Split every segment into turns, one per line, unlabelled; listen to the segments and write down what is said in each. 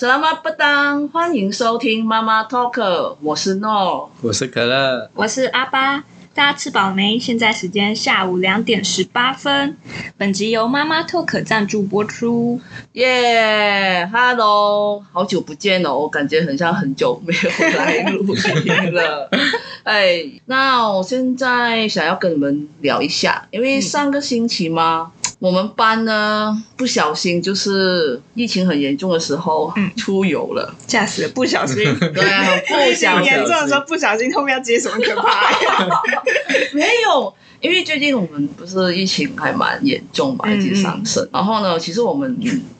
Selamat petang，欢迎收听妈妈 Talk，我是 No。
我是可乐，
我是阿巴，大家吃饱没？现在时间下午两点十八分。本集由妈妈 Talk 赞助播出。
耶、h e l l o 好久不见哦，我感觉很像很久没有来录音 了。哎，那我现在想要跟你们聊一下，因为上个星期嘛，我们班呢不小心就是疫情很严重的时候、
嗯
出游了，
吓死了，不小 心。
对啊， 不小心
疫情严重的时候不小心，后面要接什么可怕、
没有，因为最近我们不是疫情还蛮严重嘛，
嗯
一直上升。然后呢，其实我们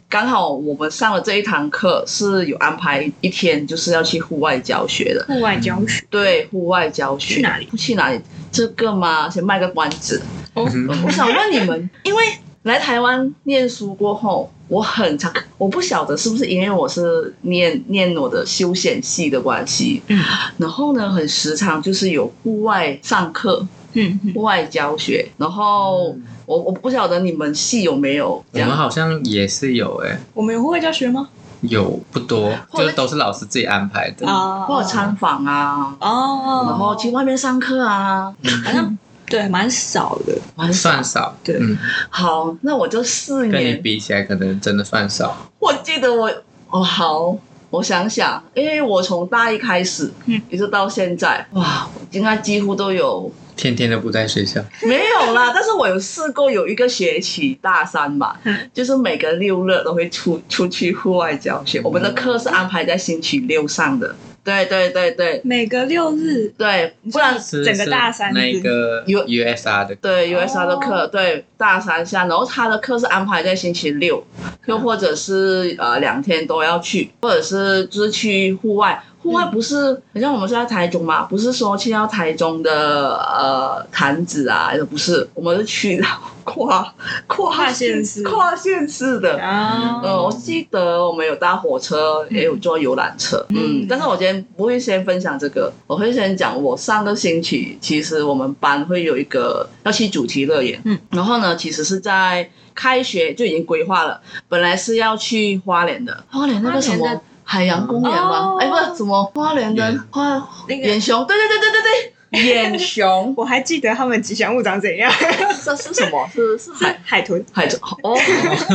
刚好我们上了这一堂课是有安排一天，就是要去户外教学的。
户外教学，
对，户外教学
去哪里？
去哪里？这个嘛，先卖个关子。
哦
嗯
我想问你们，因为来台湾念书过后，我很常，我不晓得是不是因为我是念念我的休闲系的关系，
嗯
然后呢，很时常就是有户外上课，
嗯，嗯
户外教学，然后我我不晓得你们系有没有
嗯我
这
们
样，
好像也是有哎、
我们有户外教学吗？
有不多，
或者
就是都是老师自己安排的。
啊
或者参访啊，
哦，
然后去外面上课啊，
好像对蛮少的。
蛮
嗯算少，
对
嗯，
好。那我这四
跟你
年，
比起来，可能真的算少。
我记得我哦好，我想想，因为我从大一开始，
嗯
一直到现在，哇，我应该几乎都有
天天都不在学校，
没有 啦，但是我有试过有一个学期大三嘛
嗯，
就是每个六日都会出出去户外教学。我们的课是安排在星期六上的，对对对对
每个六日，
对，不然
是
整个大
是
三
那个
U-
USR 的，
对 USR 的
哦
课，对大三下，然后他的课是安排在星期六，
嗯
又或者是呃两天都要去，或者是就是去户外。户外
嗯
不是，好像我们是在台中嘛，不是说去到台中的呃潭子啊，不是，我们是去到 跨跨
跨县市
跨县市的。
啊
嗯，我记得我们有搭火车，也有坐游览车。
嗯
嗯嗯，但是我今天不会先分享这个，我会先讲我上个星期，其实我们班会有一个要去主题乐园。
嗯，
然后呢，其实是在开学就已经规划了，本来是要去花莲的，花莲那个什
花莲
么
的
海洋公园吗
哦？
哎、不是，什么花莲的
眼
花
那个
眼熊？对对对对对对，眼熊
我还记得他们吉祥物长怎样，
这是什么？是是
是
海
海豚。
海中哦，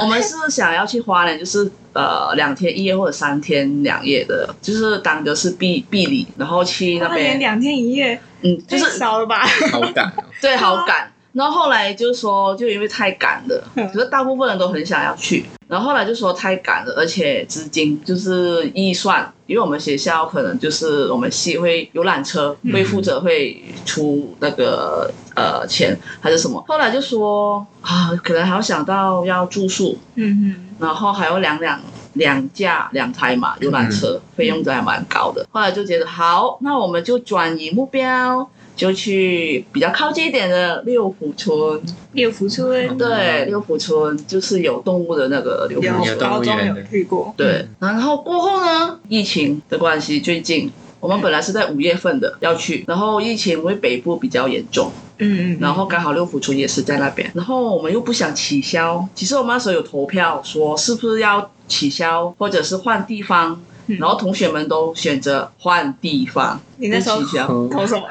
我们是想要去花莲，就是呃两天一夜或者三天两夜的，就是当个是避避礼，然后去那
花莲
边，
两天一夜，
嗯，就
太
是
少了吧？
好 感哦，
最好赶。然后后来就说，就因为太赶了，
嗯
可是大部分人都很想要去。然后后来就说太赶了，而且资金就是预算，因为我们学校可能就是我们系会游览车
嗯
会负责会出那个呃钱还是什么。后来就说啊，可能还要想到要住宿，
嗯嗯。
然后还有两辆两架两台嘛游览车，费用都还蛮高的。后来就觉得好，那我们就转移目标，就去比较靠近一点的六浦村。
六福村
对，六浦村就是有动物的那个六
有
浦
有
村。
动
高
物
中
园
有
的
去过，
对，然后过后呢，疫情的关系，最近。我们本来是在五月份的要去，然后疫情因为北部比较严重，
嗯嗯，
然后刚好六福村也是在那边，然后我们又不想取消。其实我们那时候有投票说是不是要取消，或者是换地方，
嗯
然后同学们都选择换地方，
你那时候
不取消，
投 什么？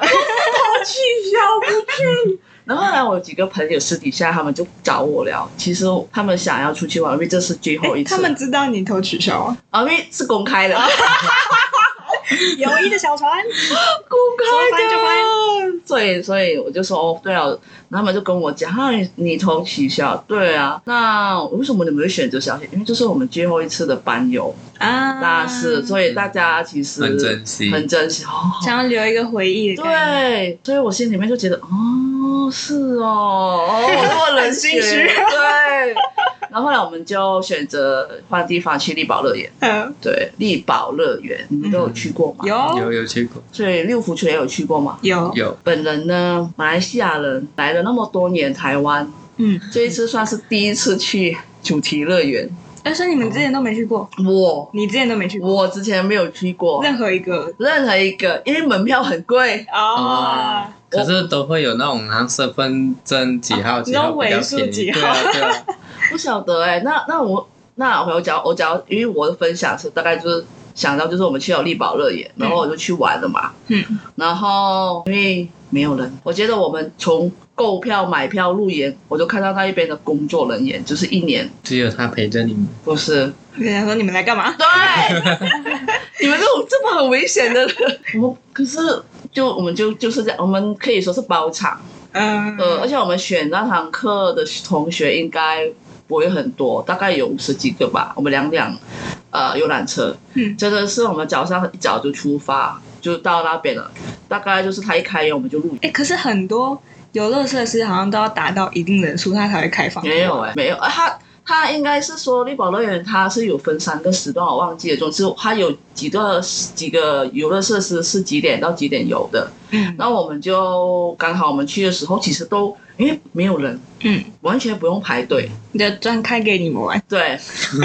取消不去。然后呢，我有几个朋友私底下他们就找我聊，其实他们想要出去玩，因为这是最后一
哎
次，
他们哦知道你投取消啊？
啊，因为是公开的，
友谊的小船，
公
说翻就
开的，所以啊所以我就说哦，对啊，然后他们就跟我讲，啊，你你投取消，对啊，那为什么你们会选择小雪？因为这是我们最后一次的班友，
啊
那是，所以大家其实
很珍惜
很珍惜，哦，
想要留一个回忆的感觉，
对，所以我心里面就觉得，哦，是哦，哦，我那么冷血
很心虚
对。然后后来我们就选择换地方去力宝乐园，
嗯，
对，力宝乐园你们都有去过吗？，
有
有
有去过，
所以六福村也有去过吗？
有，
有
本人呢，马来西亚人，来了那么多年台湾，
嗯，
这一次算是第一次去主题乐园。
但哎是你们之前都没去过，
我
你之前都没去过
我之前没有去过
任何一个
任何一个，因为门票很贵。
啊，
可是都会有那种好像身份证几号
哦
几号
你说
比较
尾数
便宜，
几号
对啊对啊，
不晓得哎、那那我那我讲我讲，因为我的分享是大概就是想到就是我们去了力宝乐园，然后我就去玩了嘛。
嗯。
然后因为没有人，我觉得我们从购票、买票、入园，我就看到那一边的工作人员，就是一年
只有他陪着你们，
不是
人家说你们来干嘛？
对，你们这种这么很危险的人，我们可是就我们就就是这样，我们可以说是包场，
嗯
呃，而且我们选那堂课的同学应该不会很多，大概有五十几个吧。我们两辆呃游览车，
嗯
真的是我们早上一早就出发，就到那边了，大概就是他一开园我们就入园。
哎、可是很多游乐设施好像都要达到一定人数，它才会开放。
没有哎、没有，啊、他他应该是说力宝乐园，它是有分三个时段，我忘记了，总之它有几个几个游乐设施是几点到几点有的。
嗯
那我们就刚好我们去的时候，其实都因为没有人，
嗯，
完全不用排队。
你就专开给你们玩。
对，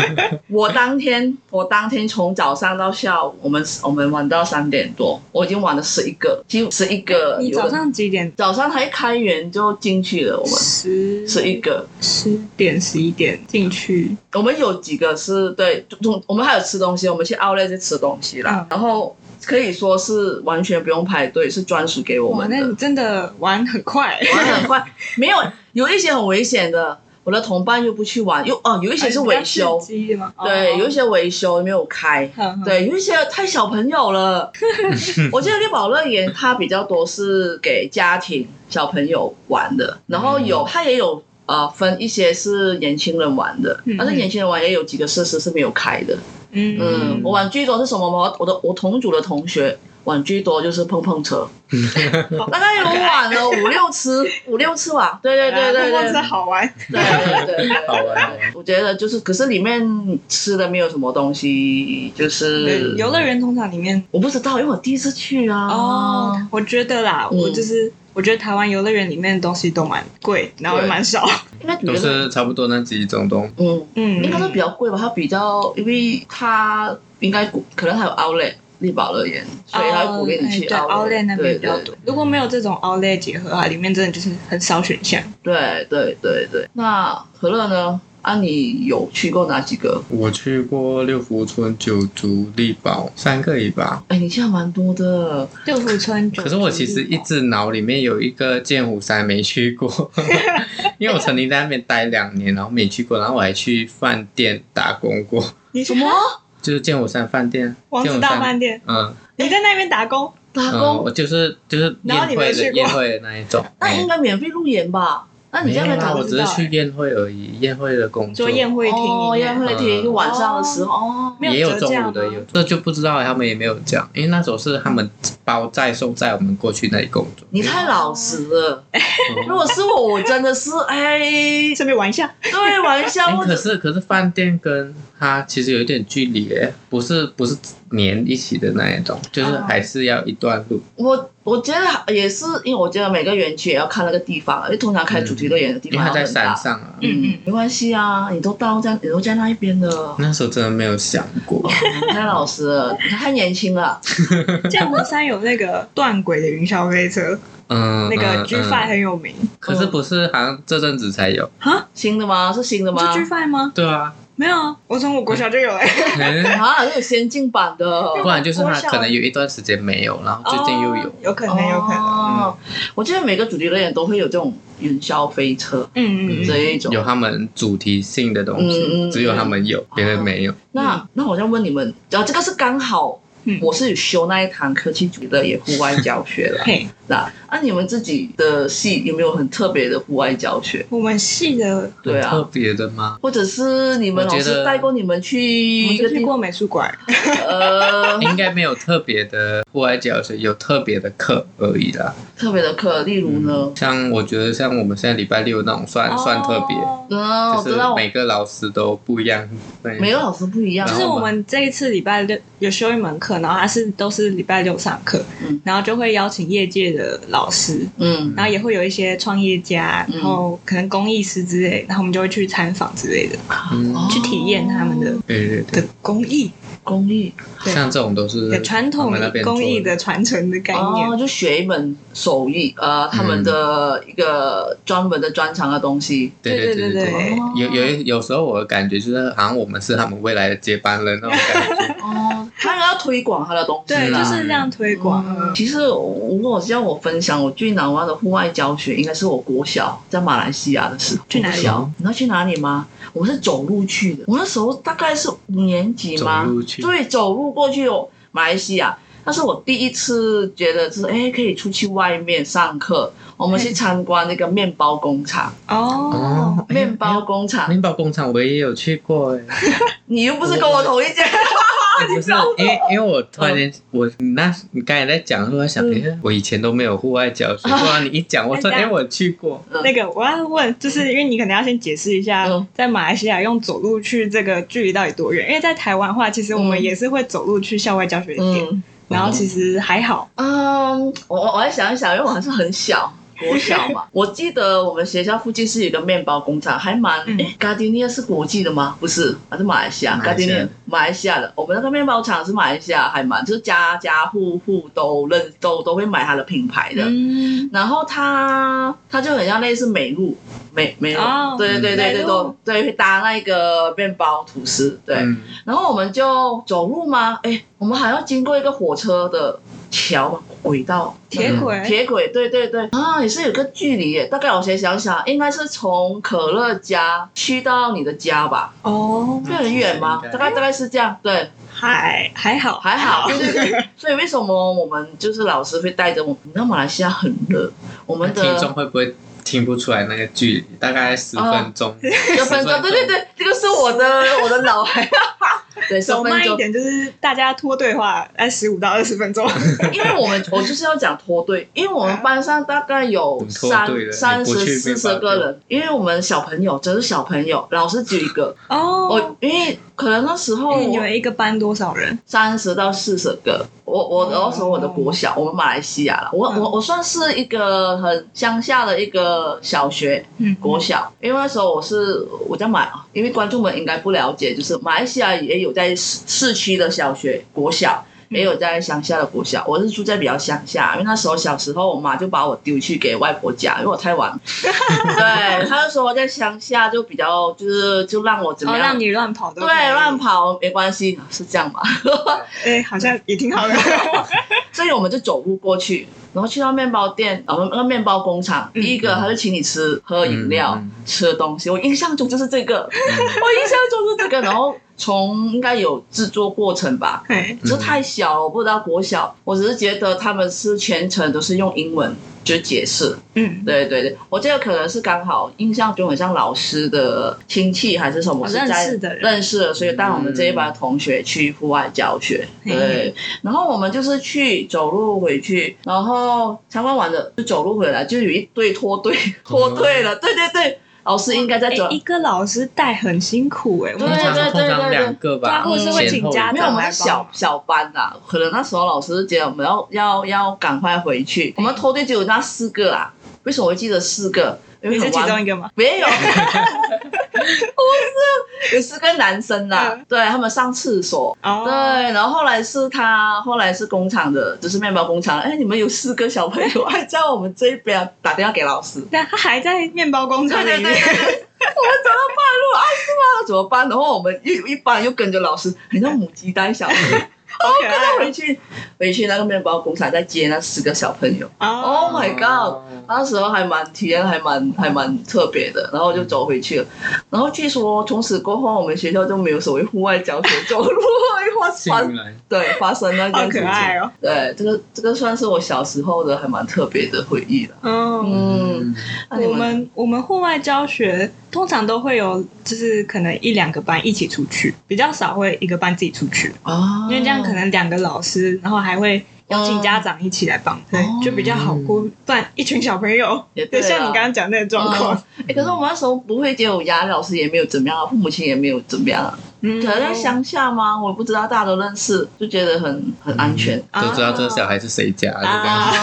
我当天我当天从早上到下午，我们我们玩到三点多，我已经玩了十一个，几乎十一个
你
游乐。
早上几点？
早上他一开园就进去了，我们
十
十一个。
十点十一点进去。
我们有几个是对，就就我们还有吃东西，我们去奥莱去吃东西啦
嗯，
然后可以说是完全不用排队，是专属给我
哇，
们
哦那 你
的，
真的玩很 快。
玩很快，没有有一些很危险的，我的同伴又不去玩，又哦有一些
啊
是维修，
机嘛。哦
对，有一
些
些维修没有开。
嗯
对，有一些太小朋友 了。我记得力宝乐园它比较多是给家庭小朋友玩的，然后
嗯
有、它也有呃分一些是年轻人玩的，
嗯
但是年轻人玩也有几个设施是没有开的。
嗯，
嗯，我玩最多是什么吗？我的我同组的同学玩最多就是碰碰 车，大概有玩了五六次，五六次吧。对对对对
碰碰车
对
好玩。
对对对。
好玩哦。
我觉得就是，可是里面吃的没有什么东西，就是
游乐园通常里面
我不知道，因为我第一次去啊。
哦，我觉得啦，
嗯
我就是我觉得台湾游乐园里面的东西都蛮贵，然后也蛮少。
应该比
都
较
是差不多那几种东西，
嗯，
嗯，
应该都比较贵吧？它比较，因为它应该鼓可能还有 Outlet 力宝乐园，所以它会鼓励你去
哦哎对
Outlet
那边比较
对
多。如果没有这种 Outlet 结合啊，里面真的就是很少选项。
对对对对。那何乐呢？啊，你有去过哪几个？
我去过六福村、九族、力宝三个里吧。
哎，你现在蛮多的，
六福村，
可是我其实一直脑里面有一个剑湖山没去过， 因为我曾经在那边待两年，然后没去过，然后我还去饭店打工过，
你
什么？
就是剑湖山饭店。
王
剑
子
湖
大
山，
饭店，
嗯
你在那边打工，
打
嗯，
工？
我就是就是
然后
宴
你没
会
去
的
过
宴会的那一种。
那应
嗯
该免费入园吧？那你在那
没
边
有啦
打
我
工
知
只是
道
去
欸
宴会而已，宴会的工作。
做宴会厅
哦，
里
宴
面
会厅
呃
就晚上的时候，哦
没有
也有
折
中
价
午的，
吗
也有这就不知道他们也没有讲，因为那时候是他们包载受载我们过去那里工作。
你太老实了。
嗯
如果是我，我真的是哎，
顺便玩 一下。
对玩笑
欸
或
可
者
是可是饭店跟它其实有一点距离诶，不是不是粘一起的那一种，就是
哦
还是要一段路。
我我觉得也是，因为我觉得每个园区也要看那个地方，因为通常开主题乐园的地
因
方
为它
要
在
很
山
大。
上啊，，
嗯
嗯
嗯，
没关系啊，你都到在，你都在那一边的
那时候真的没有想过。
你太老实了，你太年轻了。
剑湖山有那个断轨的云霄飞车，
嗯，
那个
嗯
G Five
嗯
很有名
可是不是好像这阵子才有？
啊？
新的吗？是新的
你是
吗
G？Five 吗？
对啊，
没有啊，我从我国小就有哎。
嗯
啊，是有先进版的。
不然就是它
国小
可能有一段时间没有，然后嗯最近又有
哦。有可能，有可能。
哦，
嗯
我记得每个主题乐园都会有这种云霄飞车
嗯嗯
这一种。
有他们主题性的东西，
哦嗯嗯嗯哦
只有他们有，别人没有。
那那我想问你们，然后这个是刚好
嗯，
我是有修那一堂课去主题乐园户外教学了。
嘿，
那那、你们自己的系有没有很特别的户外教学？
我们系的
对啊
很特别的吗？
或者是你们
我
老
觉得
师带过你们去
我
一个
就
地
去过
方？
美术馆，
呃，
应该没有特别的户外教学，有特别的课而已啦。
特别的课，例如呢？
像我觉得像我们现在礼拜六那种算、算特别，
哦
嗯，我
就
知
是
道，哦
每个老师都不一样。对
每个老师不一样
然
就
后
是我们这一次礼拜六有修一门课，然后它是都是礼拜六上课，
嗯
然后就会邀请业界的老师，
嗯
然后也会有一些创业家，
嗯
然后可能工艺师之类，然后我们就会去参访之类的，
哦
嗯，
去体验他们的
对对对，
的工艺
工艺
对
像这种都是
的传
他
统
们那边
工艺
做
的传承的概念。
哦，就学一门手艺，呃，他
嗯
们的一个专门的专长的东西。
对
对
对
对对
对。
哦
有有一有时候我的感觉就是，好像我们是他们未来的接班人那种感觉。
哦，他要推广他的东西
对，
啦，
就是这样推广。
嗯其实我如果要我分享，我最难忘的户外教学应该是我国小在马来西亚的时候。
去哪
国
里
小？你知道去哪里吗？我是走路去的。我那时候大概是五年级
走
吗？
路去，
对，走路过去哦，马来西亚。那是我第一次觉得是哎，可以出去外面上课。我们去
嗯
参观那个面包工厂，
哦
哦，哎呦
面包工厂。
面包工厂我也有去过哎、
你又不是跟我同一间，
哎不是，因为因为我突然间，我你那你刚才在讲，我在想，哎、
嗯
我以前都没有户外教学，突然你一讲，我说，
哎
哎、
这样
我去过，
那个我要问，就是因为你可能要先解释一下
嗯，
在马来西亚用走路去这个距离到底多远？因为在台湾的话，其实我们
嗯
也是会走路去校外教学的点，
嗯
然后其实还好。
嗯，我我我来想一想，因为我还是很小，国小 嘛。我记得我们学校附近是有一个面包工厂，还蛮
嗯
诶 g a r d e n i a 是国际的吗？不是，还是马来西亚 g a
马
r
来
d e
西
n
亚
i a 马来西亚的。我们那个面包厂是马来西亚，还蛮就是家家户户都认都都会买它的品牌的。
嗯，
然后它它就很像类似美露，美美露，
哦
对对对对
美
对，
露
都对会搭那个面包吐司，对。
嗯，
然后我们就走路吗？哎，我们还要经过一个火车的桥嘛，轨道。
铁轨，
嗯铁轨，对对对，啊，也是有个距离耶，大概我先想想，应该是从可乐家去到你的家吧，
哦，
会很远吗？
嗯
大概大概是这样，对，
还还好，
还 好，对对对。所以为什么我们就是老师会带着我们？你知道马来西亚很热，我
那
们
听 众
的
会不会听不出来那个距离？大概十分钟，
哦十
十
分钟，对对，对，这个是我的我的脑 海，对，十
走
分
慢一
钟，
点，就是大家拖对话，哎，十五到二十 分钟。
因为我们我就是要讲脱队，因为我们班上大概有
你脱
三
队了
三
你不
十
去
四
没
十
办法
个人，因为我们小朋友只是小朋友，老师只有一个，
哦
我，因为可能那时候
那你们一个班多少人？
三十到四十个，我我
哦
那时候我的国小，我们马来西亚了，我
嗯
我我算是一个很乡下的一个小学
嗯，
国小，因为那时候我是我在马，因为观众们应该不了解，就是马来西亚也有在市市区的小学国小。
嗯
也有在乡下的国小，我是住在比较乡下，因为那时候小时候我妈就把我丢去给外婆家，因为我太 晚。对，她就说在乡下就比较就是就让我怎么
哦，
样
让你乱跑的，
对，乱。跑没关系，是这样嘛？
哎，好像也
嗯
挺好的。
所以我们就走路过去，然后去到面包店，我们那个面包工厂，
嗯
第一个他就请你吃喝饮料、
嗯嗯
吃东西。我印象中就是这个， 我印象中是这个。然后从应该有制作过程吧，
哎，
这太小了，我不知道国小，我只是觉得他们是全程都是用英文。就解释，
嗯，
对对对，我这个可能是刚好印象中很像老师的亲戚还是什么，
哦
是在
认识的人
认识了，所以带我们这一班同学去户外教学，
嗯
对。然后我们就是去走路回去，然后参观完了就走路回来，就有一队脱队， 脱队了，对对对，老师应该在走
哎一个老师带很辛苦哎，
对
通
我
常
对对
通常
对对
两个吧，
对或者是会请
前后一
家
个
没有，我
长
们
来
是小
帮
小班呐、可能那时候老师觉得我们要要要赶快回去，我们脱队只有那四个啊。为什么我会记得四个？因为
你是
很
其中
晚，
一个吗？
没 有，不是，有四个男生啦、
嗯
对他们上厕所，
哦
对，然后后来是他，后来是工厂的，就是面包工厂，哎，你们有四个小朋友，还叫我们这边打电话给老师，
那他还在面包工厂
对
里
对对
面，
对，对 我们走到半路啊，是吗？怎么办？然后我们又一班又跟着老师，很像母鸡带小孩。
好可爱哦
回去回去那个面包工厂再接那四个小朋友。
哦
Oh my god！那时候还蛮体验还蛮还蛮特别的，然后就走回去了。然后据说从此过后，我们学校就没有所谓户外教学，走路会
竟
发发
然
对发生那
好
件事
可
情。
爱哦。
对，这个这个算是我小时候的还蛮特别的回忆了。
嗯，
嗯，那你
我们我们户外教学通常都会有，就是可能一两个班一起出去，比较少会一个班自己出去，
啊，
因为这样可能两个老师，然后还会邀请家长一起来帮，对，就比较好过。不然一群小朋友，
嗯哦也
就
对
像你
啊
刚刚讲那个状况，
哎、可是我们那时候不会觉得有压力，老师也没有怎么样啊，父母亲也没有怎么样啊，
嗯
可能在乡下吗？我也不知道，大家都认识，就觉得很很安全。
就知道这小孩是谁家的这
啊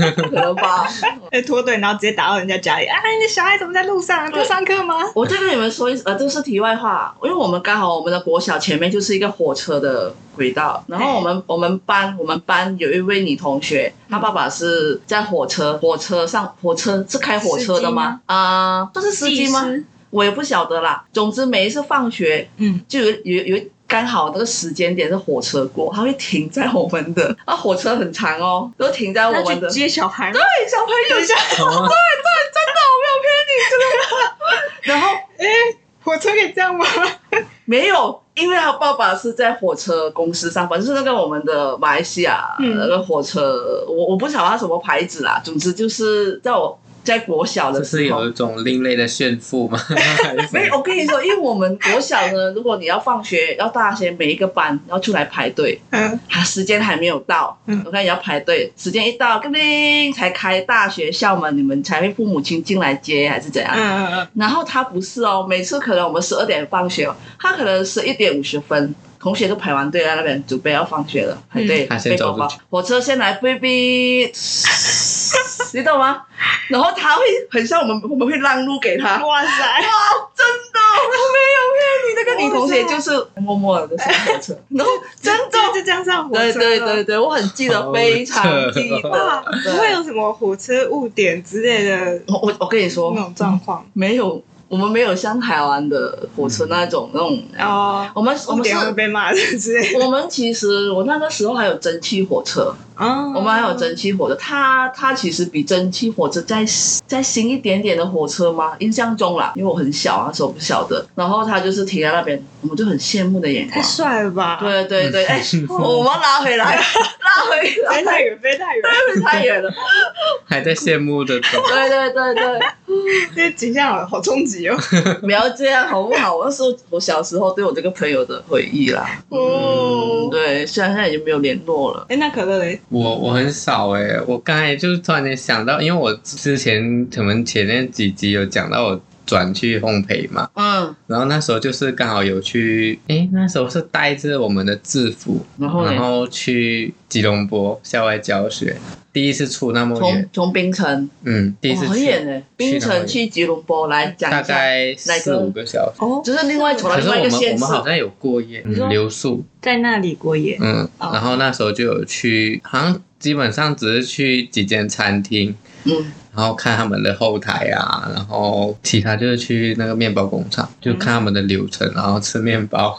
样。
可能吧。
被哎拖队，然后直接打到人家家里啊！你的小孩怎么在路上？在上课吗？
我再跟你们说一，呃，这是题外话，因为我们刚好我们的国小前面就是一个火车的轨道，然后我们我们班我们班有一位女同学，她爸爸是在火车火车上火车是开火车的吗？啊、这是司机吗？我也不晓得啦。总之每一次放学
嗯，
就有有有刚好那个时间点是火车过，它会停在我们的，啊，火车很长哦，都停在我
那
们
去
的。
接小孩吗？
对，小朋友家，
哦
然后
哎火车可以这样吗？
没有，因为他爸爸是在火车公司上班，就是那个我们的马来西亚
嗯
那个火车，我我不晓得他什么牌子啦，总之就是在我在国小的
这是
时候
有。一种另类的炫富吗？还是什么
没有，我跟你说，因为我们国小呢，如果你要放学，要大学每一个班要出来排队，
嗯，
啊，时间还没有到，
嗯
我看也要排队，时间一到，叮铃才开大学校门，你们才会父母亲进来接还是怎样？
嗯嗯
然后他不是哦，每次可能我们十二点放学哦，他可能十一点五十分，同学都排完队在那边准备要放学了，排队、
嗯他先
背包
走
包
出，
火车先来哔哔，你懂吗？然后他会很像我们，我们会让路给他。
嗯，哇塞，
真的，我没有骗你，那个女同学就是默默的上火 车，然后真的，
就这样上火车
对
了，
对对对，我很记得，
好
非常
扯
记
哇，
得。
不会有什么火车误点之类的
我我我跟你说
那，种状况
没有，我们没有像台湾的火车那种那种，啊
哦。
我们我
误
们
点会
是。
被骂之类的。
我们其实，我那个时候还有蒸汽火车，
哦
我们还有蒸汽火车，它它其实比蒸汽火车再再新一点点的火车吗？印象中啦，因为我很小啊，那时候不晓得。然后它就是停在那边，我们就很羡慕的眼
太
光。
帅了吧！，
对对对，哎、我们拉回来，拉回
飞
来，
哎太远，飞太远，
太远了。
还在羡慕的走。
对对对对，
这景象好好冲 击哦。
不要这样好不好？我那时候我小时候对我这个朋友的回忆啦。
哦
嗯，，对，虽然现在已经没有联络了。
哎，那可乐嘞？
我我很少哎、我刚才就是突然间想到，因为我之前可能前面几集有讲到我转去烘焙嘛，
嗯，
然后那时候就是刚好有去，诶、那时候是带着我们的制服，
然后
然
呢？
后去吉隆坡校外教学，第一次出那么远
从，从槟城，
嗯，第一次
哦、很远
去，
呢，槟城去吉隆坡来讲
大
一下，
概四五个小时。
哦
就是另外走了
可是
另外
我
一个
们我
县市
们。好像有过夜，
你说
嗯、留宿，
在那里过夜。
嗯，
哦
然后那时候就有去，好像基本上只是去几间餐厅，
嗯，
然后看他们的后台啊，然后其他就是去那个面包工厂，就
嗯
看他们的流程，然后吃面包，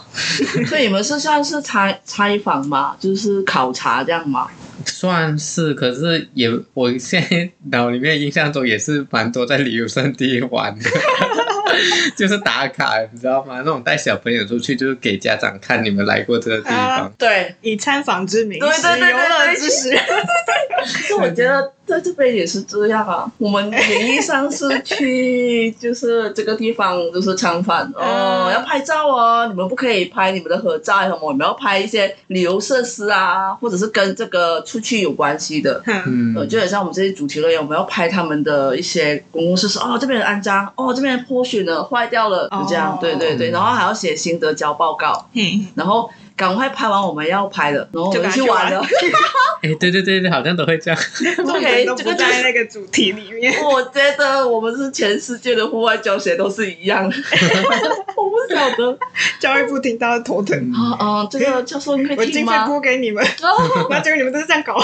所以你们是算是采采访嘛，就是考察这样嘛？
算是，可是也我现在脑里面印象中也是蛮多在旅游胜地玩的， 就是打卡，你知道吗？那种带小朋友出去，就是给家长看你们来过这个地
啊
方。
对，
以参访之名，
对对对对
使游乐之实。
可是我觉得在这边也是这样啊。我们名义上是去，就是这个地方就是唱饭哦，
嗯
要拍照哦，你们不可以拍你们的合照还是什么，你们要拍一些旅游设施啊，或者是跟这个出去有关系的。
嗯
嗯，
呃，就很像我们这些主题乐园，我们要拍他们的一些公共设施哦，这边很肮脏，哦，这边泼水了，坏掉了，就这样，
哦
对对对，
嗯
然后还要写心得交报告，
嘿
然后赶快拍完我们要拍的，然后我
就
们
赶
去
快
玩了。
哎、对对对对，好像都会这样。
重
OK，
点都
这
不
个就
在
是。
那个主题里面。
我觉得我们是全世界的户外教学都是一样的， 我不晓得
教育部听到头疼，
啊，嗯，这个教授你可
我
以听
经费
吗？
拨给你 们， 然后结果你们都是这样搞。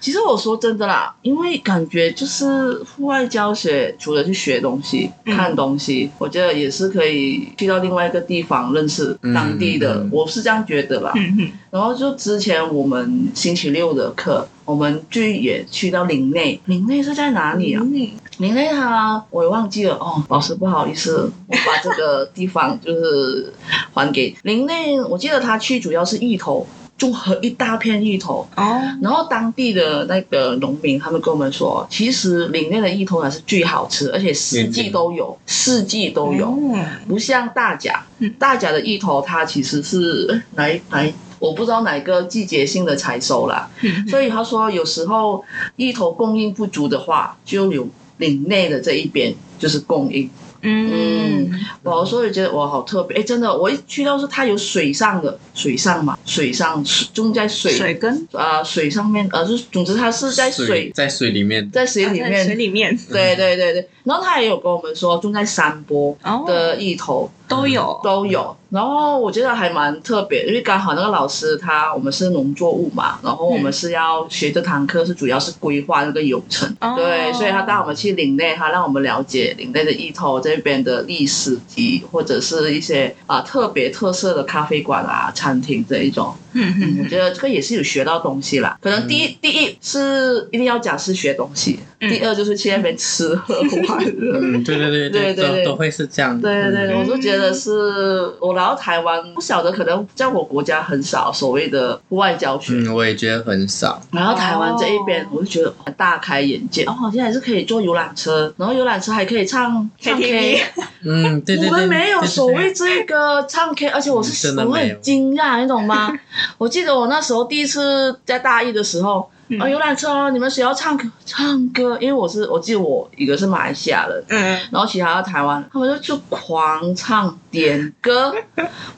其实我说真的啦，因为感觉就是户外教学，除了去学东西、
嗯
看东西，我觉得也是可以去到另外一个地方认识当地的，
嗯嗯
我是这样觉得啦。
嗯嗯，
然后就之前我们星期六的课，我们去也去到林内，林内是在哪里啊？
你
林内它我也忘记了哦，老师不好意思，我把这个地方就是还给林内。我记得他去主要是芋头，种和一大片芋头，
哦，
然后当地的那个农民，他们跟我们说，其实岭内的芋头奶是最好吃，而且四季都有，四季都有，
嗯
不像大甲
嗯，
大甲的芋头它其实是呃哪一哪一我不知道哪个季节性的采收啦，
嗯
所以他说有时候芋头供应不足的话，就有岭内的这一边就是供应。
嗯，
我有时候也觉得哇，好特别！哎，真的，我一去到是它有水上的，水上嘛，水上水种在水
水根
啊、水上面，呃，就是总之它是在水
嗯在水里面，
在水里
啊在水
面，
里面
对对对对。然后他也有跟我们说，种在山坡
哦，
的一头
都有
都有。然后我觉得还蛮特别，因为刚好那个老师他我们是农作物嘛，然后我
嗯
们是要学这堂课是主要是规划那个游程。
哦
对，所以他带我们去林内，他让我们了解林内的一头这边的历史及或者是一些啊、特别特色的咖啡馆啊、餐厅这一种。
嗯嗯
我觉得这个也是有学到东西啦。可能第一、第一是一定要讲是学东西，
嗯
第二就是去那边吃喝玩乐。
嗯，对对对
对对对
都都会是这样，
对对对，
嗯
我就觉得是我来到台湾，不晓得可能在我国家很少所谓的户外教学，
嗯，我也觉得很少，
然后台湾这一边
哦，
我就觉得大开眼界哦，现在是可以坐游览车，然后游览车还可以唱唱
KTV
K，
嗯，对对对，
哎我们没有
对
所谓这个唱 K，而且我是
嗯真的
我
没有
很惊讶，你懂 吗？我记得我那时候第一次在大一的时候，
嗯
啊游览车哦你们谁要唱歌唱歌？因为我是我记得我一个是马来西亚人，
嗯，
然后其他的台湾，他们就就狂唱点 歌。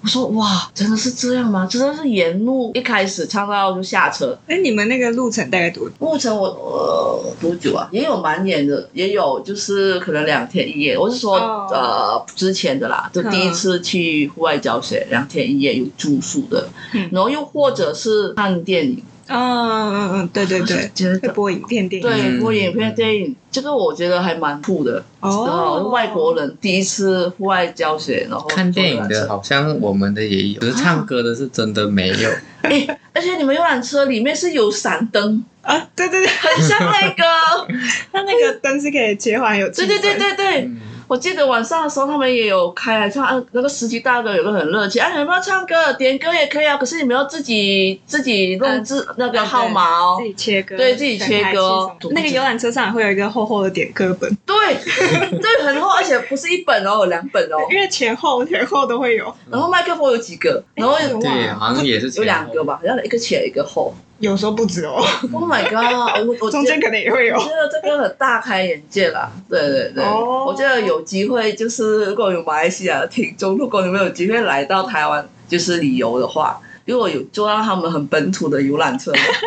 我说哇，真的是这样吗？真的是沿路一开始唱到就下车。
哎，你们那个路程大概多
目前我呃多久啊？也有蛮远的，也有就是可能两天一夜。我是说、
哦
呃之前的啦，就
嗯
第一次去户外教学，两天一夜有住宿的，
嗯
然后又或者是看电影，
嗯嗯嗯，对对对，
觉
哎
会
得。
播影片电影，
对，
嗯
播影片、电影，这个我觉得还蛮酷的。
哦，
外国人第一次户外教学，然后
看电影
坐游览
的
车
好像我们的也有，可是唱歌的是真的没有。
哎，而且你们游览车里面是有闪灯，
啊，对对对，
很像那个，
它那个灯是可以切换有，
对对对，对对，
嗯
我记得晚上的时候他们也有开来唱，啊那个司机大哥有个很热情，哎，你们要唱歌点歌也可以啊，可是你们要自己自己弄自、那个号码哦
自，己切割，
对自己切割
选排期什么那个游览车上会有一个厚厚的点歌本，
对 对，很厚，而且不是一本哦，有两本哦，
因为前后前后都会有，
然后麦克风有几个，然后有
对，好像也是
有两个
吧。
吧，然后一个前一个后
有时候不止哦，
，Oh my god，我我
中间可能也会有
我觉。得这个很大开眼界啦，对对对
哦
我觉得有机会就是如果有马来西亚的听众，如果你们有机会来到台湾就是旅游的话，如果有坐到他们很本土的游览车，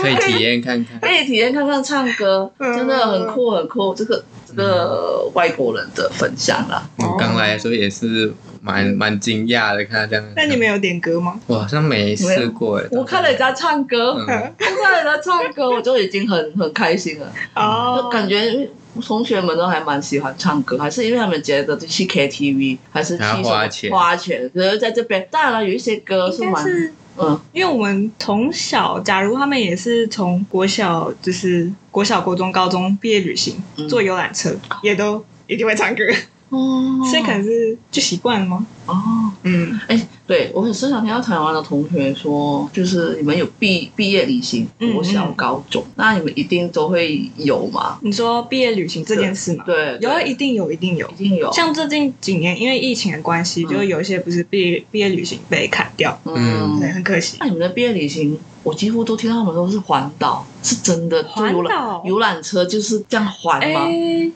可以体验看看。
可以体验看看唱歌，
嗯
真的很酷很酷。这个这个外国人的分享啦，
哦
我刚来的时候也是蛮蛮惊讶的，看到这样。
那你们有点歌吗？
我好像没试过耶。
我看了人家唱歌，
嗯
我看了人家唱歌，我就已经很很开心了，
哦
就，感觉。同学们都还蛮喜欢唱歌，还是因为他们觉得去 KTV 还是去
还要
什么
花钱
花钱，可是在这边当然了，有一些歌是
应该
蛮
是
嗯
因为我们从小，假如他们也是从国小，就是国小、国中、高中毕业旅行，
嗯
坐游览车，也都一定会唱歌，
哦
所以可能是就习惯了吗？
哦，
嗯
哎，对我很时常听到台湾的同学说，就是你们有毕毕业旅行，
嗯
国小、
嗯
高中，那你们一定都会有嘛？
你说毕业旅行这件事嘛，
对，
有啊，
对
一定有，一定有
一。定有，
像最近几年，因为疫情的关系，
嗯
就有一些不是毕业毕业旅行被砍掉，
嗯
嗯
对，，很可惜。
那你们的毕业旅行，我几乎都听到他们都是环岛，是真的坐游览
环岛
游览车就是这样环
哎、
吗？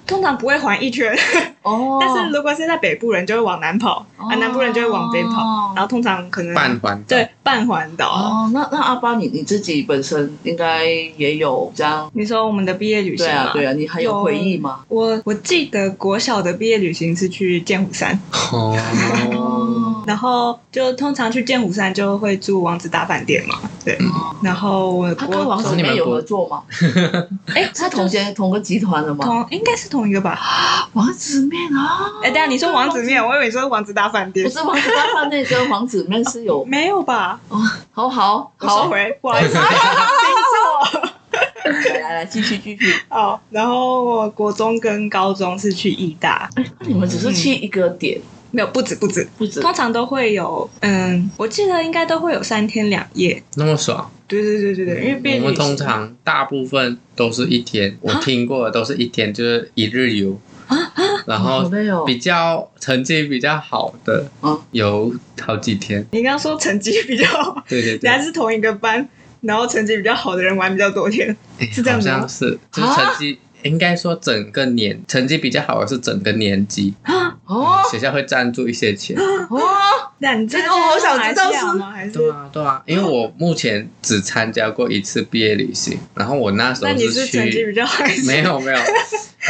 通常不会环一圈，
哦，
但是如果是在北部人，就会往南跑，啊，南部人就会往北跑
哦，
然后通常可能
半环岛
对半环岛。
哦，那那阿巴你你自己本身应该也有这样，
你说我们的毕业旅行
对
嘛？
啊对啊，你还
有
有回忆吗？
我我记得国小的毕业旅行是去剑湖山，
哦，
然后就通常去剑湖山就会住王子大饭店嘛，对。
嗯
然后我
他
我
跟王子妹有合作吗？
哎，
是同
就是
间同个集团的吗？
同应该是同一个吧？
王子妹啊，
哎，等一下你说王子面，我以为你说王子大饭
不
店，
是王子大饭店跟王子妹是 有，
没有吧？
好好
我收
好，
回，不好意思，听错。
来 来来，继续继续。
哦，然后我国中跟高中是去义大，
那你们只是去一个点，
没有不止不止，
不止
通常都会有，嗯，我记得应该都会有三天两夜。嗯
那么爽！
对对对对对，因为毕业啊
我们
旅
通
行
常大部分都是一天，我听过的都是一天，就是一日游。
啊
然
好
后
累哦。
比较成绩比较好的
哦
嗯，
有好几天。
你刚刚说成绩比较好，
对对对
人家，是同一个班，然后成绩比较好的人玩比较多天，
哎
是这样
好
子吗啊
像是，就是成绩应该说整个年成绩比较好的是整个年级，
哦
学校会赞助一些 钱。
哦，
那你这
这个我好想知道是
吗？还是
对啊，对啊，因为我目前只参加过一次毕业旅行，然后我那时
那
候
你是成绩
去，
比较好？还是
没有没有，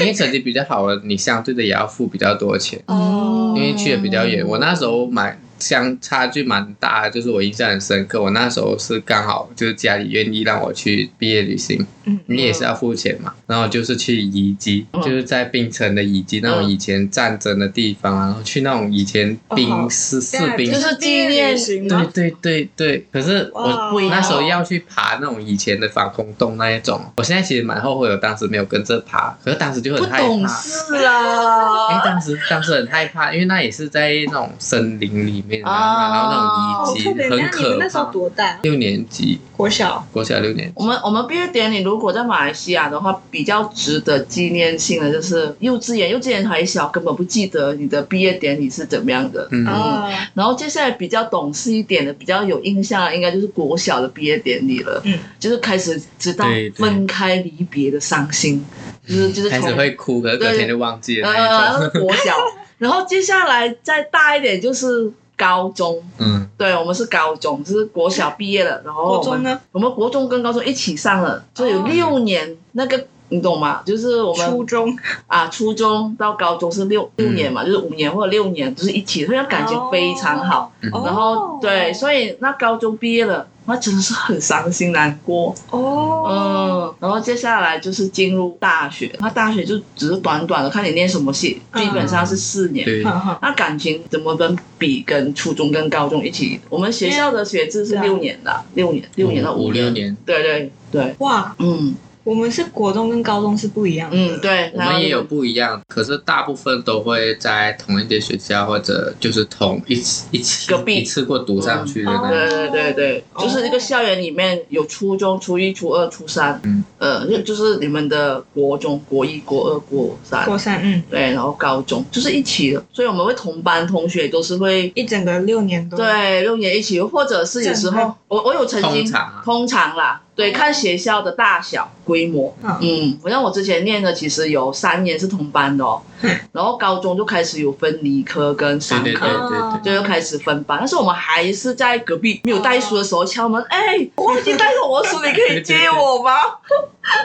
因为成绩比较好了，你相对的也要付比较多钱，
哦
因为去的比较远。我那时候蛮相差距蛮大的，就是我印象很深刻。我那时候是刚好就是家里愿意让我去毕业旅行，
嗯哦
你也是要付钱嘛，然后就是去遗迹，
嗯
就是在冰城的遗迹那种
嗯
以前战争的地方，啊然后去那种以前
哦好
兵士士兵
就。是纪念
型
对
吗？
对对对，可是
哇
我那时候要去爬那种以前的防空洞那一种，我现在其实蛮后悔，我当时没有跟着爬，可是当时就
不
很害
懂
怕，
事
因为
啊，
当时当时很害怕，因为那也是在那种森林里面，然后
啊
然后那种遗迹
哦特别，
很
啊你们
可
那时候
怕。
多大？
六年级，
国小。
国小六年级，
我们我们毕业典礼如果在马来西亚的话，比较值得纪念性的就是幼稚园，幼稚园还小，根本不记得你的毕业典礼是怎么样的。
嗯，
啊，
然后接下来比较懂事一点的、比较有印象的，应该就是国小的毕业典礼了。
嗯，
就是开始知道
对对
分开离别的伤心，就是就是
嗯开
从
始会哭，可是隔天就忘记了那一
呃
种，
那是国小， 然后接下来再大一点就是高中。
嗯，
对，我们是高中，就是国小毕业了，然后
国
我
中
们
呢？
我们国中跟高中一起上了，所以有
哦
六年那个。你懂吗？就是我们
初嗯中
啊，初中到高中是六六年嘛，就是五年或者六年，就是一起，所以感情非常好。。
嗯
哦
然后对，
以
所以那高中毕业了，那真的是很伤心难过，
哦，
嗯，然后接下来就是进入大学，那大学就只是短短的，看你念什么系，
嗯
基本上是四年。
对，
嗯哼
那感情怎么能比跟初中跟高中一起？我们学校的学制是
对啊
六年的，六年，六年到
嗯五
年，
六年，
对对对，
哇，
嗯
我们是国中跟高中是不一样的。
嗯，对，
我
然后
们也有不一样，可是大部分都会在同一间学校或者就是同一次一起
隔壁
一次过读上去的那
对
种。
对对对，
哦
就是一个校园里面有初中、初一、初二、初三，
嗯，
呃，就就是你们的国中、国一、国二、国三，
国三，嗯，
对，然后高中就是一起的，所以我们会同班同学都是会
一整个六年都。嗯
对六年一起，或者是有时
正
候
派
我我有曾经
通常啊
通常啦，对，看学校的大小规模，
嗯，
嗯，我像我之前念的其实有三年是同班的哦
嗯，
然后高中就开始有分理科跟商
对对
科，
对对
哦
对，
就又开始分班，但是我们还是在隔壁没有带书的时候敲
嗯
门，哎、我忘记带上我的书，你可以接我吗？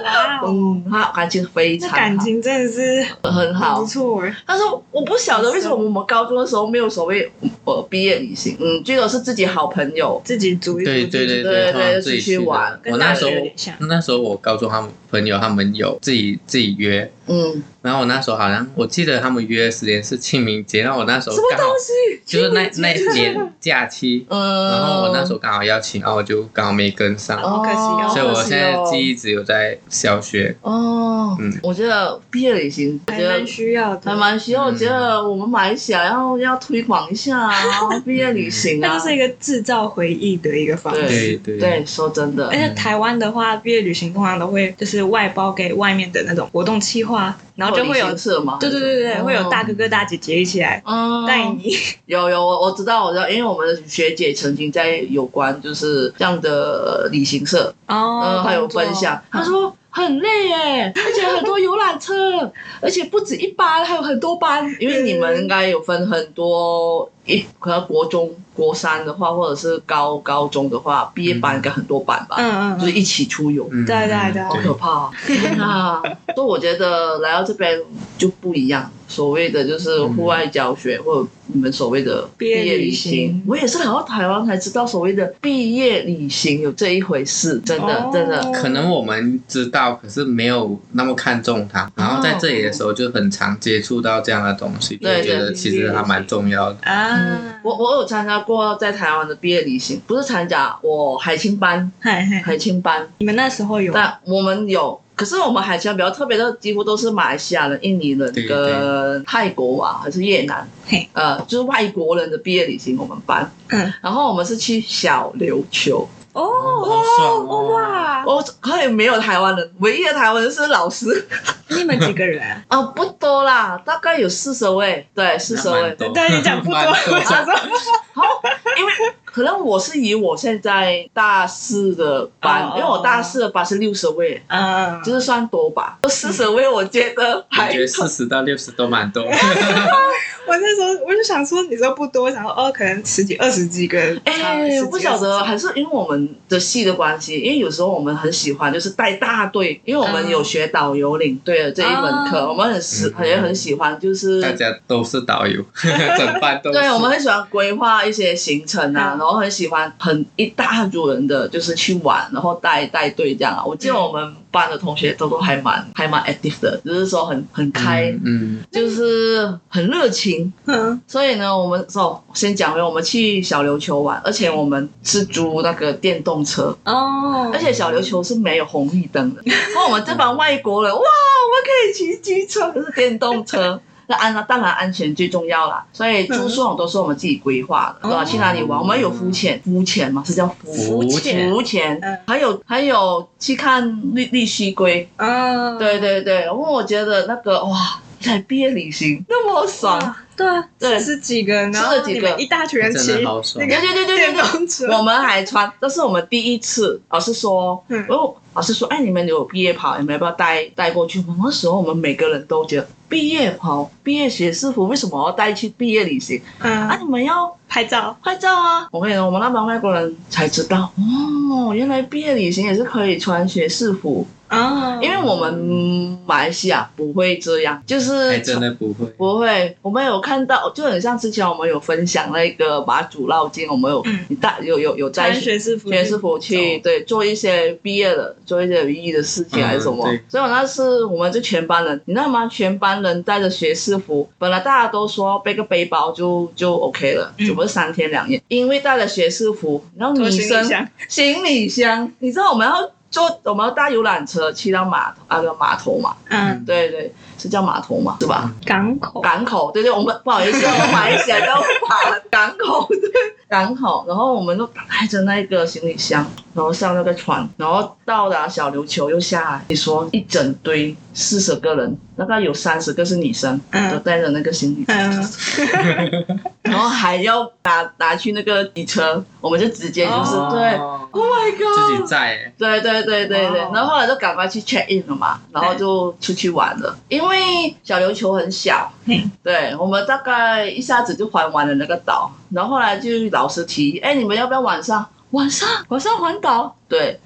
哇哦，
嗯，他感情非
那
常
感
好，
情真的是
很好
不，错哎。
但是我不晓得为什么我们高中的时候没有所谓呃毕业旅行，嗯，最多是自己好朋友，
自己组一组，
对对对
对
通常
对
自己
出去
的
玩
我那时候
跟大学有点像
那时候我高中他们朋友他们有自己自己约，
嗯，
然后我那时候好像我记得他们约的时间是清明节，然后我那时候
什么
刚好
东西？
就是那
清
那
明节哦
一年 假期，
嗯，
然后我那时
候
候刚好要请，然后我就刚好没跟上，
好可惜哦
所以我现在记
忆
忆只有在小学。
哦，
嗯
我觉得毕业旅行，我
还
觉得
蛮需要的，
还蛮需要，我
嗯
觉得我们马来西亚要要推广一 下啊，毕业旅行
那
啊，
就是一个制造回忆的一个方式。
对
对
对
对，说真的
而，且台湾的话，毕业旅行通常都会就是外包给外面的那种活动企划，然后就会有，
社嘛，
对对对对，
哦
会有大哥哥大姐姐一起来
嗯
带 你。
有有，我我知道，我知道，因为我们的学姐曾经在有关就是这样的旅行社，
哦
嗯，还有
工作
分 享，她说很累耶，而且很多游览车，而且不止一班，还有很多班，因为你们应该有分很多，一可能国中、国三的话，或者是高高中的话，毕业班应该很多班吧，
嗯嗯
就是
嗯，
一起出游。
嗯
对对对
好可怕、啊！ 天哪！所以我觉得来到这边就不一样，所谓的就是户外教学，或者你们所谓的
毕业
旅
旅行
我也是来到台湾才知道所谓的毕业旅行有这一回事，真的、
哦
真的。
可能我们知道，可是没有那么看重它。然后在这里的时候，就很常接触到这样的东西，就
对
觉得
哦对
其实还蛮重要的。
嗯
啊，，
我我有参加过在台湾的毕业旅行，不是参加，我海青班，
嗨嗨，
海青班，
你们那时候有
但我们有。可是我们海青班比较特别的，几乎都是马来西亚人、印尼人
对
跟泰国啊，还是越南
嘿，
呃，就是外国人的毕业旅行，我们班。
嗯
然后我们是去小琉球，
哦
好爽哦
哇，
我可以没有台湾人，唯一的台湾人是老师
你们几个人啊？
啊，不多啦，大概有四十位，对，四十
那蛮
位，
多
对你讲不多，
蛮多
我想说
因为可能我是以我现在大四的班
哦，
因为我大四的班是六十位，
嗯，
就是算多吧。四十位我觉得
我
还
觉得四十到六十都蛮 多。
我那时候我就想说，你说不多，想说哦，可能十几、二十几个。差
哎、
十几
我不晓
二
得，
十几
还是因为我们的戏的关系，因为有时候我们很喜欢就是带大队，因为我们
嗯
有学导游领队的这一门课，
哦
我们很喜
嗯
也很喜欢，就是
大家都是导游， 整班都是。
对我们很喜欢规划一些行程啊，
嗯
然后很喜欢很一大组人的就是去玩，然后带带队这样啊。我记
嗯
得我们班的同学都都还蛮还蛮 active 的，就是说很很开，
嗯，嗯，
就是很热情。
嗯，
所以呢，我们哦，先讲回我们去小琉球玩，而且我们是租那个电动车，
哦
而，且小琉球是没有红绿灯 的，那我们这帮外国人，哇，我们可以骑机车，可是电 动车。那安当然安全最重要啦，所以
嗯
住宿那种都是我们自己规
哦
划的，
嗯
对吧？去哪里玩，我们有浮潜，浮潜嘛是叫浮
浮潜
浮潜
嗯，
还有还有去看绿绿蜥龟，
啊
嗯，
对对对，然后我觉得那个哇，才毕业旅行那么爽，
对啊，
对
四十几个，然
四
后
十几
你
个
们一大群人骑
真的好爽
那
对
个
对对对对
电
对，
动车，
我们还穿，这是我们第一次。老师说，
嗯
然后老师说，哎，你们有毕业跑，你们要不要带带过去？我们那时候我们每个人都觉得毕业跑、毕业学士服为什么要带去毕业旅行？啊，
嗯，
你们要
拍照，
拍照啊！我跟你说，我们那帮外国人才知道，哦，原来毕业旅行也是可以穿学士服，
哦，
因为我们嗯马来西亚不会这样，就是
还哎真的不会。
不会，我们有看到，就很像之前我们有分享那个马祖绕境，我们有、
嗯
你带有有有在
穿学士服，
全师傅
嗯
去对做一些毕业的，做一些有意义的事情还是什么
嗯对。
所以我那次我们就全班人，你知道吗？全班人带着学士服，本来大家都说背个背包就就 OK 了，
嗯
怎么三天两夜？因为带了学士服，然后
拖
女
行
生
李箱，
行李箱，你知道我们要坐，我们要搭游览车去到码头啊，那个码头嘛，
嗯，
对对，是叫码头嘛，是吧？
港口，
港口，对对，我们不好 意思，我们马来西亚叫法港口，对港口。然后我们就打开着那个行李箱，然后上那个船，然后到达小琉球又下来。你说一整堆四十个人，大概有三十个是女生，
嗯
都带着那个行李，
嗯，
然后还要拿拿去那个底车，我们就直接就是
哦
对，Oh my
自
god！
己在欸
对对对对对
哇哦，
然后后来就赶快去 check in 了嘛，然后就出去玩了。因为小琉球很小
嘿，
对我们大概一下子就环完了那个岛，然后后来就老师提议，哎，你们要不要晚上晚上晚上环岛？对，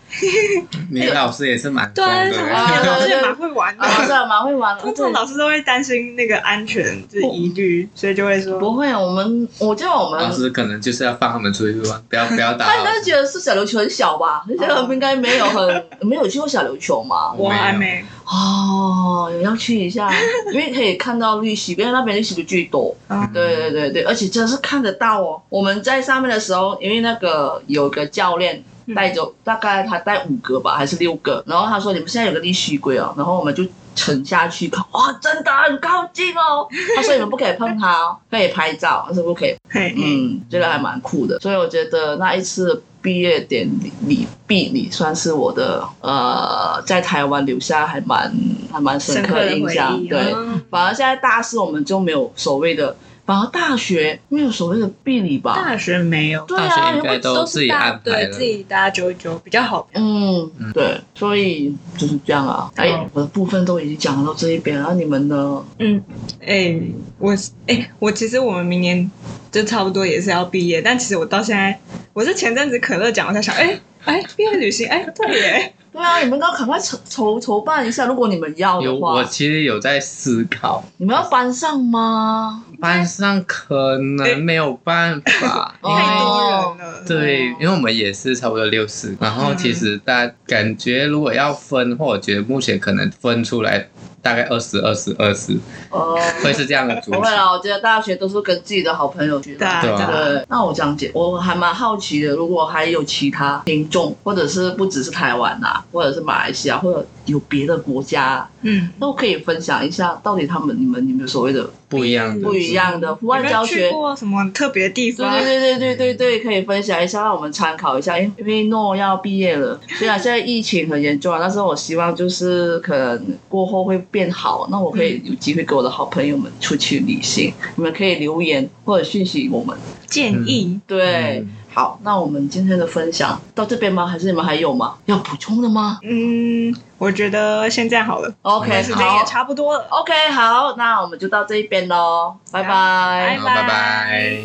你老师也是蛮疯
对
的，欸
啊
老师也蛮会玩
啊，老
的。
师还蛮会玩的，
通常老师都会担心那个安全就是疑虑，所以就会说
对不会，我们我记得我们
老师可能就是要放他们出去玩，不要不要打
他应
扰。
该觉得是小琉球很小
哦
吧，他觉得应该没有很 没有去过小琉球嘛，
我还没，
哦，要去一下，因为可以看到绿蜥，因为那边绿蜥龟最多。
嗯
对对对对，而且真的是看得到哦。我们在上面的时候，因为那个有个教练
嗯
带着，大概他带五个吧，还是六个，然后他说你们现在有个立须龟哦，然后我们就沉下去看，哇，真的很靠 近哦。他说你们不可以碰它哦，可以拍照，但是不可以。
嘿，
嗯，觉得还蛮酷的，所以我觉得那一次。毕业典礼礼毕礼算是我的呃，在台湾留下还蛮还蛮深
深
刻
刻的
印
回
象，
忆，
对，
嗯
反而现在大四我们就没有所谓的，反而大学没有所谓的避礼吧？
大学没有，
对
大
啊，
学
因
应
为
该都自己安排
对
了
自己搭九九比较好。
嗯，
嗯
对，所以就是这样啊。哎
好，
我的部分都已经讲到这一边，了，你们呢？
嗯，哎、我哎、我其实我们明年就差不多也是要毕业，但其实我到现在，我是前阵子可乐讲，我才想，哎、哎，毕业旅行，哎、对耶，
对啊，你们要赶快筹筹筹办一下，如果你们要
有
的
我
话，
其实有在思考，
你们要班上吗？
班上可能没有办法，因
哦
太
为
多人了。
对，因为我们也是差不多六十，然后其实大感觉如果要分的话，我觉得目前可能分出来大概二十、二十、二十，
哦、
会是这样的组
不
合
会。啦，我觉得大学都是跟自己的好朋友去的。
对啊
对啊
对，那我讲解，我还蛮好奇的，如果还有其他听众，或者是不只是台湾啊，或者是马来西亚，或者有别的国家啊、
嗯，
都可以分享一下，到底他们你们你们所谓的
不一样的，
不一。样的户
有
外
没
教
有去
学。
过什么特别的地
对
方？
对对对对对对，可以分享一下，让我们参考一下。因因为诺要毕业了，虽然现在疫情很严重啊，但是我希望就是可能过后会变好，那我可以有机会跟我的好朋友们出去旅行。你们可以留言或者讯息我们。
建议，
对，
嗯
好，那我们今天的分享到这边吗？还是你们还有吗？要补充的吗
嗯，我觉得先这样好了，
？OK，
时间也
好
差不多了。
，OK，好，那我们就到这一边喽，拜
好拜
拜
好，拜拜。